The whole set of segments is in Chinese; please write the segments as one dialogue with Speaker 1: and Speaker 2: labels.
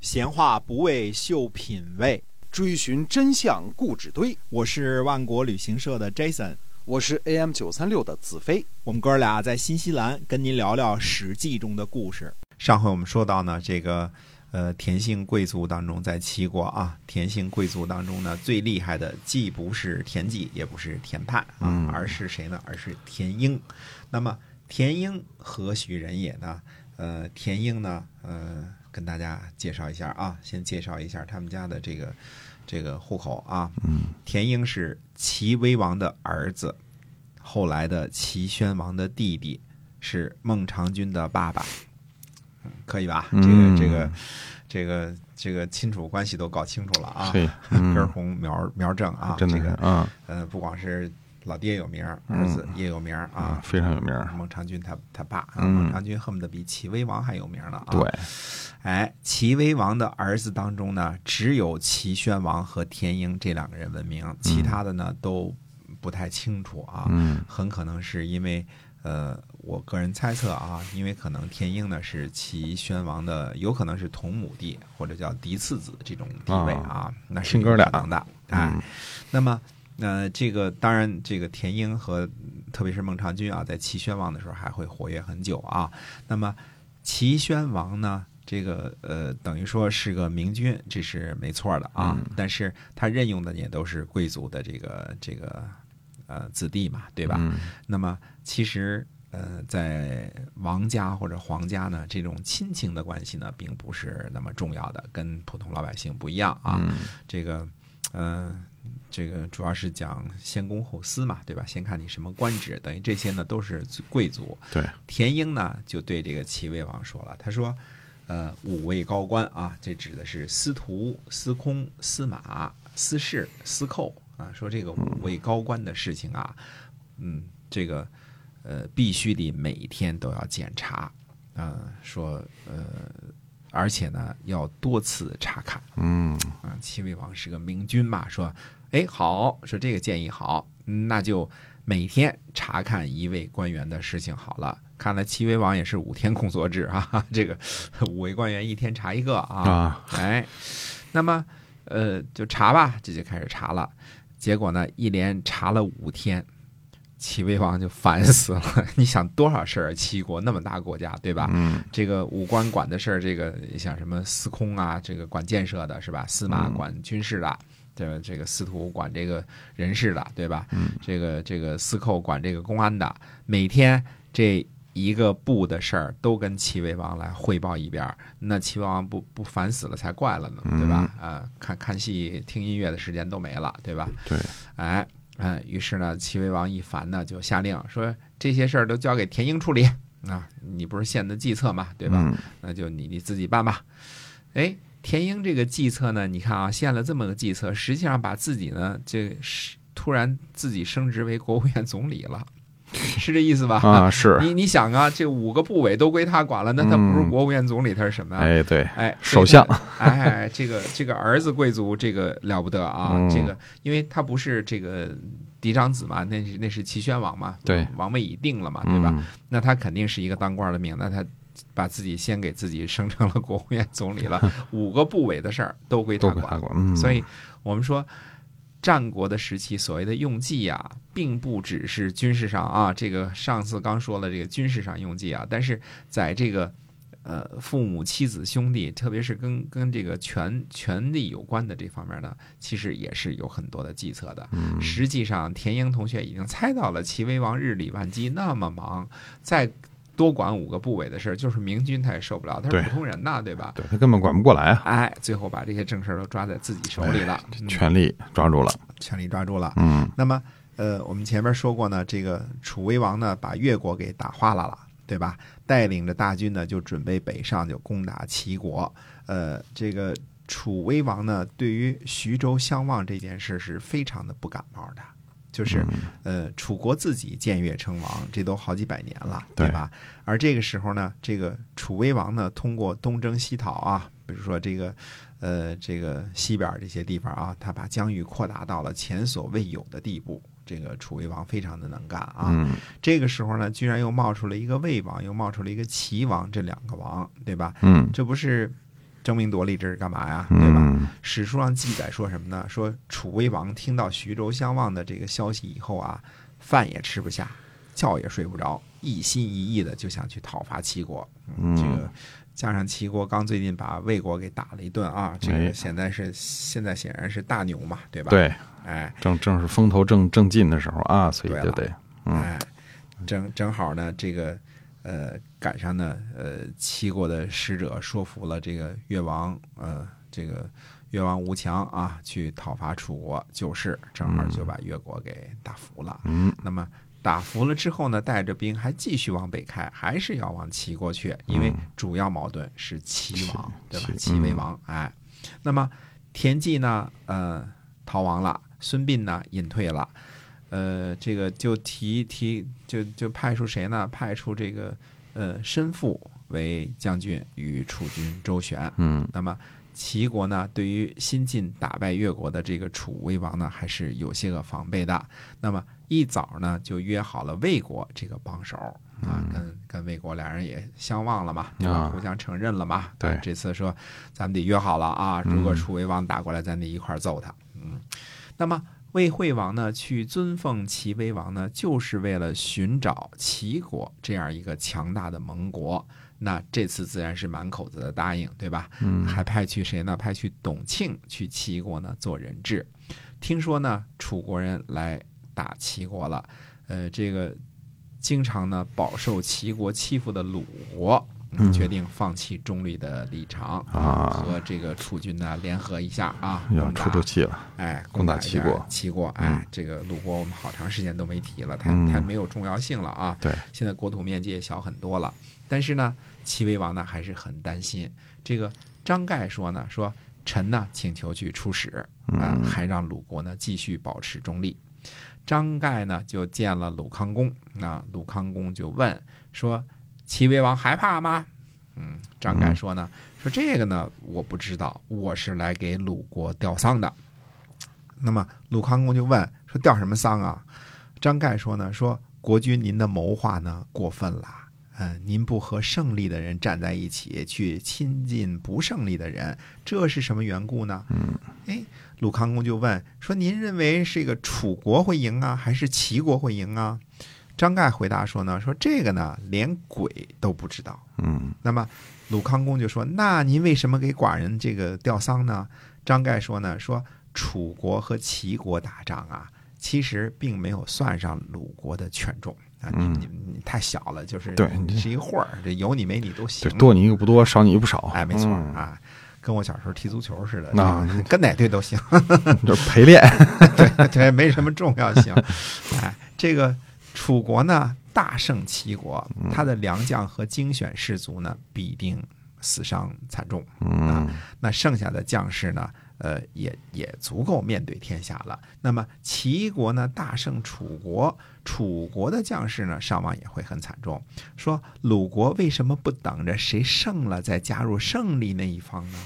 Speaker 1: 闲话不为秀品味，
Speaker 2: 追寻真相故纸堆。
Speaker 1: 我是万国旅行社的 Jason，
Speaker 2: 我是 AM 九三六的子飞。
Speaker 1: 我们哥俩在新西兰跟您聊聊《史记》中的故事。
Speaker 3: 上回我们说到呢，这个呃田姓贵族当中，在齐国啊，田姓贵族当中呢，最厉害的既不是田忌，也不是田盼啊，
Speaker 2: 嗯
Speaker 3: 而是谁呢？而是田婴。那么田婴何许人也呢？呃，田婴呢，呃，跟大家介绍一下啊，先介绍一下他们家的这个这个户口啊。
Speaker 2: 嗯，
Speaker 3: 田婴是齐威王的儿子，后来的齐宣王的弟弟，是孟尝君的爸爸。嗯可以吧？这
Speaker 2: 嗯
Speaker 3: 个这个这个这个亲属关系都搞清楚了啊，
Speaker 2: 嘿，
Speaker 3: 根红苗苗正啊，
Speaker 2: 嗯 真的
Speaker 3: 这
Speaker 2: 是
Speaker 3: 个
Speaker 2: 啊
Speaker 3: 呃，不光是老爹有名儿，儿子也有名儿啊。
Speaker 2: 嗯非常有名儿。
Speaker 3: 孟尝君他他爸，啊
Speaker 2: 嗯
Speaker 3: 孟尝君恨不得比齐威王还有名儿呢啊！
Speaker 2: 对，，
Speaker 3: 哎，齐威王的儿子当中呢，只有齐宣王和田婴这两个人闻名，其他的呢都不太清楚啊。
Speaker 2: 嗯
Speaker 3: 很可能是因为，呃，我个人猜测啊，因为可能田婴呢是齐宣王的，有可能是同母弟或者叫嫡次子这种地位啊，那是
Speaker 2: 亲哥俩
Speaker 3: 有可能的，哎，那么。呃，这个当然，这个田婴和嗯特别是孟尝君啊，在齐宣王的时候还会活跃很久啊。那么齐宣王呢，这个呃，等于说是个明君，这是没错的啊。但是他任用的也都是贵族的这个这个呃子弟嘛，对吧？那么其实呃，在王家或者皇家呢，这种亲情的关系呢，并不是那么重要的，跟普通老百姓不一样啊。这个呃，这个主要是讲先公后私嘛，对吧？先看你什么官职，等于这些呢都是贵族。
Speaker 2: 对，
Speaker 3: 田婴呢就对这个齐威王说了，他说。呃，五位高官啊，这指的是司徒、司空、司马、司事、司寇啊。说这个五位高官的事情啊，嗯，这个呃，必须得每天都要检查，啊，说呃，而且呢要多次查看。
Speaker 2: 嗯
Speaker 3: 啊，齐威王是个明君嘛，说，哎，好，说这个建议好，嗯那就每天查看一位官员的事情好了。看来齐威王也是五天工作制啊，这个五位官员一天查一个啊，
Speaker 2: 啊，
Speaker 3: 哎， 那么呃，就查吧，这就开始查了。结果呢，一连查了五天，齐威王就烦死了。 你想多少事儿啊？齐国那么大国家，对吧？
Speaker 2: 嗯
Speaker 3: 这个武官管的事儿，这个像什么司空啊，这个管建设的是吧？司马管军事的，这个这个司徒管这个人事的，对吧？这个这个司寇管这个公安的，每天这一个部的事儿都跟齐威王来汇报一遍儿，那齐威王不不烦死了才怪了呢，对吧？啊、看看戏、听音乐的时间都没了，对吧？
Speaker 2: 对，
Speaker 3: 哎。嗯，于是呢，齐威王一烦呢，就下令说这些事儿都交给田婴处理啊！你不是献的计策嘛，对吧？
Speaker 2: 嗯
Speaker 3: 那就你你自己办吧。哎，田英这个计策呢，你看啊，献了这么个计策，实际上把自己呢，这是突然自己升职为国务院总理了， 是这意思吧？
Speaker 2: 啊是，
Speaker 3: 你你想啊，这五个部委都归他管了，那他不是
Speaker 2: 嗯
Speaker 3: 国务院总理，他是什么呀？
Speaker 2: 哎对，
Speaker 3: 哎，
Speaker 2: 首相
Speaker 3: 所以他，哎，这个这个儿子贵族，这个了不得啊！
Speaker 2: 嗯
Speaker 3: 这个，因为他不是这个嫡长子嘛，那是那是齐宣王嘛，
Speaker 2: 对，
Speaker 3: 王位已定了嘛，对吧？
Speaker 2: 嗯
Speaker 3: 那他肯定是一个当官的命，那他把自己先给自己升成了国务院总理 了，五个部委的事儿都归他
Speaker 2: 都给
Speaker 3: 管，
Speaker 2: 他管，嗯，
Speaker 3: 所以我们说。战国的时期，所谓的用计啊，并不只是军事上啊，这个上次刚说了这个军事上用计啊，但是在这个呃父母、妻子、兄弟，特别是跟跟这个权权力有关的这方面呢，其实也是有很多的计策的。
Speaker 2: 嗯
Speaker 3: 实际上，田英同学已经猜到了，齐威王日理万机那么忙，再多管五个部委的事儿，就是明君他也受不了，他是
Speaker 2: 对
Speaker 3: 普通人呐，对吧？
Speaker 2: 对他根本管不过来啊，
Speaker 3: 哎，最后把这些正事儿都抓在自己手里了，嗯
Speaker 2: 权力抓住了，
Speaker 3: 权力抓住了。
Speaker 2: 嗯
Speaker 3: 那么，呃，我们前面说过呢，这个楚威王呢，把越国给打哗啦啦，对吧？带领着大军呢，就准备北上，就攻打齐国。呃，这个楚威王呢，对于徐州相望这件事是非常的不感冒的。就是，
Speaker 2: 嗯
Speaker 3: 呃，楚国自己建越称王，这都好几百年了，
Speaker 2: 对
Speaker 3: 对吧？而这个时候呢，这个楚威王呢，通过东征西讨啊，比如说这个呃，这个西边儿这些地方啊，他把疆域扩大到了前所未有的地步。这个楚威王非常的能干啊。
Speaker 2: 嗯
Speaker 3: 这个时候呢，居然又冒出了一个魏王，又冒出了一个齐王，这两个王，对吧？
Speaker 2: 嗯，
Speaker 3: 这不是争名夺利，这是干嘛呀？对吧？
Speaker 2: 嗯
Speaker 3: 史书上记载说什么呢？说楚威王听到徐州相望的这个消息以后啊，饭也吃不下，觉也睡不着，一心一意的就想去讨伐齐国。
Speaker 2: 嗯
Speaker 3: 这个加上齐国刚最近把魏国给打了一顿啊，这
Speaker 2: 哎
Speaker 3: 个现在是现在显然是大牛嘛，对吧？，
Speaker 2: 对，
Speaker 3: 哎
Speaker 2: 正正是风头正正劲的时候啊，所以
Speaker 3: 对
Speaker 2: 就
Speaker 3: 了
Speaker 2: 得嗯
Speaker 3: 哎，正正好呢，这个呃赶上呢，呃齐国的使者说服了这个越王，呃这个越王吴强啊去讨伐楚国，就是正好就把越国给打服了。
Speaker 2: 嗯
Speaker 3: 那么打服了之后呢，带着兵还继续往北开，还是要往齐国去，因为主要矛盾是齐王，对吧？齐威王，哎，那么田忌呢，呃，逃亡了，孙膑呢，隐退了，呃，这个就提提就就派出谁呢？派出这个呃申父为将军，与楚军周旋。
Speaker 2: 嗯
Speaker 3: 那么齐国呢，对于新晋打败越国的这个楚威王呢，还是有些个防备的。那么一早呢，就约好了魏国这个帮手啊，跟跟魏国俩人也相望了嘛，对吧
Speaker 2: 啊？
Speaker 3: 互相承认了嘛。啊
Speaker 2: 对嗯
Speaker 3: 这次说咱们得约好了啊，如果楚威王打过来，咱得一块儿揍他。嗯，那么。魏惠王呢，去尊奉齐威王呢，就是为了寻找齐国这样一个强大的盟国。那这次自然是满口子的答应，对吧？
Speaker 2: 嗯
Speaker 3: 还派去谁呢？派去董庆去齐国呢做人质。听说呢，楚国人来打齐国了，呃，这个经常呢饱受齐国欺负的鲁国，嗯决定放弃中立的立场。
Speaker 2: 啊，
Speaker 3: 和这个楚军呢联合一下啊，
Speaker 2: 要
Speaker 3: 攻打
Speaker 2: 出出气了，
Speaker 3: 哎，
Speaker 2: 攻打
Speaker 3: 一
Speaker 2: 齐
Speaker 3: 下
Speaker 2: 国
Speaker 3: 齐国，哎，这个鲁国我们好长时间都没提了，太
Speaker 2: 嗯
Speaker 3: 太没有重要性了啊。
Speaker 2: 对，
Speaker 3: 现在国土面积也小很多了，但是呢，齐威王呢还是很担心。这个张盖说呢，说臣呢请求去出使，啊、
Speaker 2: 嗯
Speaker 3: 还让鲁国呢继续保持中立。张盖呢就见了鲁康公，那鲁康公就问说：“齐威王害怕吗？”嗯，张盖说呢，说这个呢我不知道，我是来给鲁国吊丧的。那么鲁康公就问说：“吊什么丧啊？”张盖说呢：“说国君您的谋划呢过分了，嗯、您不和胜利的人站在一起，去亲近不胜利的人，这是什么缘故呢？”嗯，哎，鲁康公就问说：“您认为是一个楚国会赢啊，还是齐国会赢啊？”张盖回答说呢：“说这个呢，连鬼都不知道。”
Speaker 2: 嗯
Speaker 3: 那么鲁康公就说：“那您为什么给寡人这个吊丧呢？”张盖说呢：“说楚国和齐国打仗啊，其实并没有算上鲁国的权重啊，你
Speaker 2: 嗯
Speaker 3: 你你太小了，就是
Speaker 2: 对
Speaker 3: 你
Speaker 2: 你
Speaker 3: 是一伙儿，这有你没你都行
Speaker 2: 对，。多你一个不多，少你一个不少，
Speaker 3: 哎，没错
Speaker 2: 嗯啊
Speaker 3: 啊，跟我小时候踢足球似的，
Speaker 2: 那
Speaker 3: 这个跟哪队都 行。”
Speaker 2: 就是陪练，
Speaker 3: 啊对，没什么重要性。哎，这个楚国呢大胜齐国，
Speaker 2: 嗯
Speaker 3: 他的良将和精选士卒呢必定死伤惨重。啊
Speaker 2: 嗯，
Speaker 3: 那剩下的将士呢，呃，也也足够面对天下了。那么齐国呢大胜楚国，楚国的将士呢伤亡也会很惨重。说鲁国为什么不等着谁胜了再加入胜利那一方呢？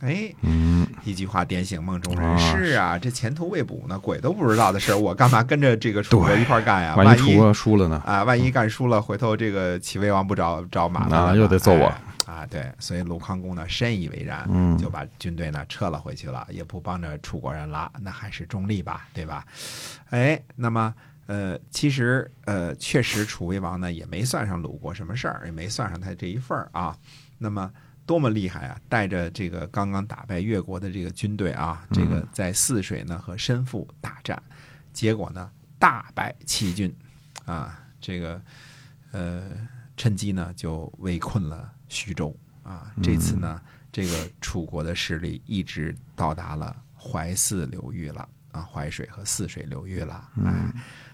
Speaker 3: 哎，
Speaker 2: 嗯，
Speaker 3: 一句话点醒梦中人。
Speaker 2: 啊
Speaker 3: 是啊，这前途未卜呢，鬼都不知道的事儿，我干嘛跟着这个楚国一块儿干呀？
Speaker 2: 万
Speaker 3: 啊万
Speaker 2: 一楚国输了呢？
Speaker 3: 啊，万一干输了，回头这个齐威王不找找麻烦了
Speaker 2: 啊又得揍我
Speaker 3: 哎啊！对，所以鲁康公呢深以为然，
Speaker 2: 嗯
Speaker 3: 就把军队呢撤了回去了，也不帮着楚国人了，那还是中立吧，对吧？哎，那么。呃，其实呃，确实楚威王呢也没算上鲁国什么事儿，也没算上他这一份儿啊。那么多么厉害啊！带着这个刚刚打败越国的这个军队啊，这
Speaker 2: 嗯
Speaker 3: 个在泗水呢和申父大战，结果呢大败齐军，啊，这个呃趁机呢就围困了徐州啊。这次呢，这个楚国的势力一直到达了淮泗流域了啊，淮水和泗水流域了。哎，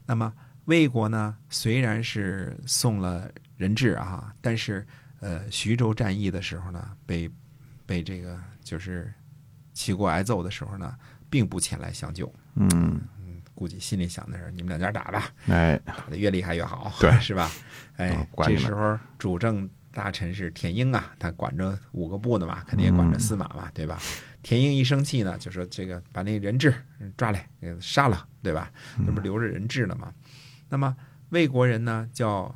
Speaker 3: 那么魏国呢，虽然是送了人质啊，但是呃，徐州战役的时候呢，被被这个就是齐国挨揍的时候呢，并不前来相救。
Speaker 2: 嗯，
Speaker 3: 嗯，估计心里想的是你们两家打吧，
Speaker 2: 哎，
Speaker 3: 打得越厉害越好，
Speaker 2: 对
Speaker 3: 是吧？哎
Speaker 2: 嗯，管
Speaker 3: 这
Speaker 2: 你们
Speaker 3: 时候主政大臣是田英啊，他管着五个部呢嘛，肯定也
Speaker 2: 嗯
Speaker 3: 管着司马嘛，对吧？田英一生气呢，就说这个把那人质抓来，给杀了，对吧？这
Speaker 2: 嗯
Speaker 3: 不留着人质呢嘛。那么魏国人呢叫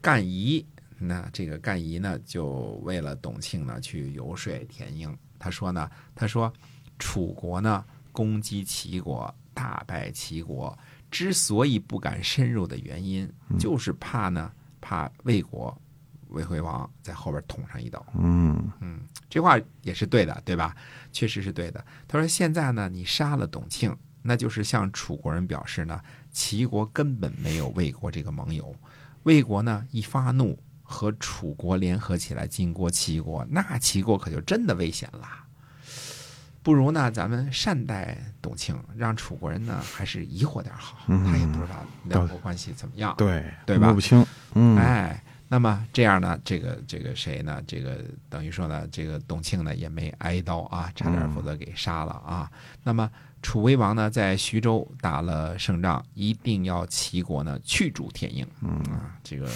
Speaker 3: 干仪，那这个干仪呢，就为了董庆呢去游说田英，他说呢，他说楚国呢攻击齐国，大败齐国，之所以不敢深入的原因，就是怕呢怕魏国魏惠王在后边捅上一刀。
Speaker 2: 嗯
Speaker 3: 这话也是对的，对吧？确实是对的。他说：“现在呢，你杀了董庆，那就是向楚国人表示呢，齐国根本没有魏国这个盟友。魏国呢一发怒，和楚国联合起来进攻齐国，那齐国可就真的危险了。不如呢，咱们善待董庆，让楚国人呢还是疑惑点好。
Speaker 2: 嗯
Speaker 3: 他也不知道两国关系怎么样，
Speaker 2: 对
Speaker 3: 对吧
Speaker 2: 摸不清，嗯，
Speaker 3: 哎，那么这样呢，这个这个谁呢？这个等于说呢，这个董庆呢也没挨刀啊，差点
Speaker 2: 嗯
Speaker 3: 否则给杀了啊。那么楚威王呢，在徐州打了胜仗，一定要齐国呢驱逐田婴。嗯啊，这个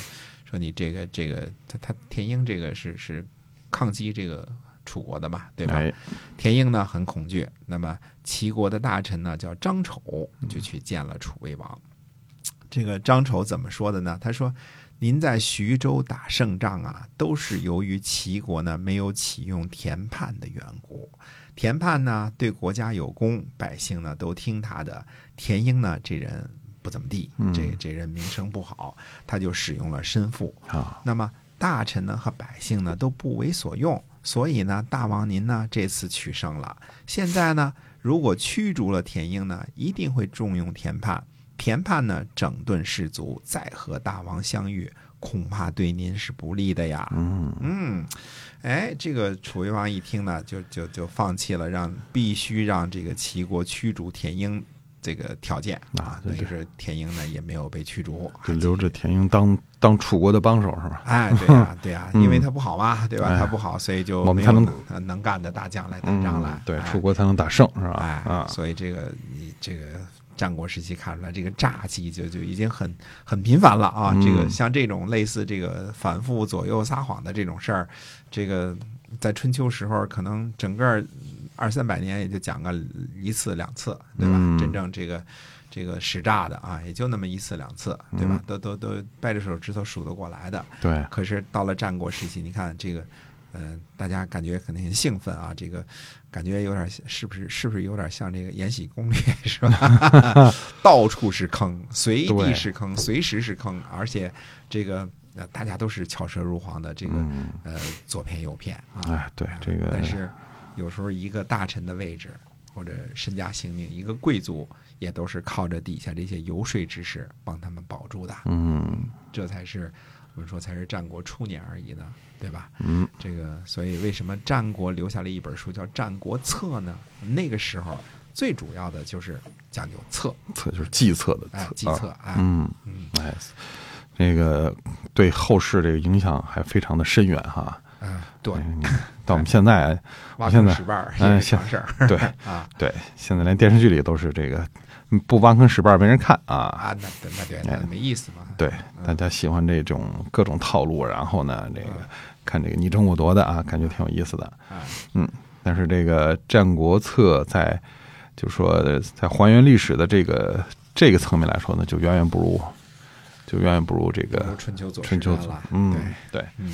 Speaker 3: 说你这个这个他他田婴这个是是抗击这个楚国的嘛，对吧？
Speaker 2: 哎，
Speaker 3: 田英呢很恐惧，那么齐国的大臣呢叫张丑，就去见了楚威王。这个张丑怎么说的呢？他说：“您在徐州打胜仗啊，都是由于齐国呢没有启用田判的缘故。田判呢对国家有功，百姓呢都听他的。田英呢这人不怎么地，这这人名声不好，他就使用了身父。
Speaker 2: 啊，
Speaker 3: 那么大臣呢和百姓呢都不为所用，所以呢，大王您呢这次取胜了。现在呢，如果驱逐了田英呢，一定会重用田盼。田盼呢整顿士卒，再和大王相遇，恐怕对您是不利的呀。
Speaker 2: 嗯
Speaker 3: 嗯，哎，这个楚威王一听呢，就就就放弃了让必须让这个齐国驱逐田英这个条件啊
Speaker 2: 啊，
Speaker 3: 等
Speaker 2: 对
Speaker 3: 于是田英呢也没有被驱逐，
Speaker 2: 就留着田英当当楚国的帮手是吧？
Speaker 3: 哎，对呀、对呀、
Speaker 2: 嗯
Speaker 3: 因为他不好嘛，对吧？
Speaker 2: 哎
Speaker 3: 他不好，所以就
Speaker 2: 我们
Speaker 3: 没
Speaker 2: 才
Speaker 3: 有
Speaker 2: 能
Speaker 3: 呃能干的大将来打仗来
Speaker 2: 嗯，。对，
Speaker 3: 哎
Speaker 2: 楚国才能打胜是吧？
Speaker 3: 哎，
Speaker 2: 啊，
Speaker 3: 所以这个你这个战国时期看出来，这个诈欺就就已经很很频繁了啊。
Speaker 2: 嗯
Speaker 3: 这个像这种类似这个反复左右撒谎的这种事儿，这个在春秋时候可能整个二三百年也就讲个一次两次，对吧？
Speaker 2: 嗯
Speaker 3: 真正这个。这个使诈的啊，也就那么一次两次，对吧？都都都掰着手指头数得过来的。
Speaker 2: 对，
Speaker 3: 可是到了战国时期，你看这个，呃，大家感觉肯定很兴奋啊，这个感觉有点像是不是是不是有点像这个《延禧攻略》 是 吧？到处是坑，随地
Speaker 2: 对
Speaker 3: 是坑，随时是坑，而且这个呃大家都是巧舌如簧的，这个、
Speaker 2: 嗯，
Speaker 3: 呃左骗右骗啊。
Speaker 2: 哎，对，这个
Speaker 3: 但是有时候一个大臣的位置或者身家性命，一个贵族也都是靠着底下这些游说之士帮他们保住的。
Speaker 2: 嗯
Speaker 3: 这才是我们说才是战国初年而已呢，对吧？
Speaker 2: 嗯，
Speaker 3: 这个，所以为什么战国留下了一本书叫《战国策》呢？那个时候最主要的就是讲究策，
Speaker 2: 策就是计策的
Speaker 3: 哎
Speaker 2: 策，，
Speaker 3: 计
Speaker 2: 啊
Speaker 3: 策，哎，
Speaker 2: 嗯
Speaker 3: 嗯，
Speaker 2: 哎，这个对后世这个影响还非常的深远哈。
Speaker 3: 嗯，对，
Speaker 2: 嗯到我们现在，
Speaker 3: 挖
Speaker 2: 我现
Speaker 3: 坑
Speaker 2: 在
Speaker 3: 石板儿
Speaker 2: 哎
Speaker 3: 也是常事儿
Speaker 2: 对
Speaker 3: 啊
Speaker 2: 对，现在连电视剧里都是这个，嗯不挖坑屎绊儿没人看啊。
Speaker 3: 啊，那对那对，那
Speaker 2: 哎
Speaker 3: 没意思嘛，
Speaker 2: 对，大家喜欢这种各种套路，然后呢，这个看这个你争我夺的啊，感觉挺有意思的。
Speaker 3: 啊，
Speaker 2: 但是这个《战国策》在就说在还原历史的这个这个层面来说呢，就远远不如，就远远不如这
Speaker 3: 不如
Speaker 2: 个
Speaker 3: 春秋左
Speaker 2: 春秋
Speaker 3: 时代了，
Speaker 2: 嗯
Speaker 3: 对，，
Speaker 2: 对。
Speaker 3: 嗯。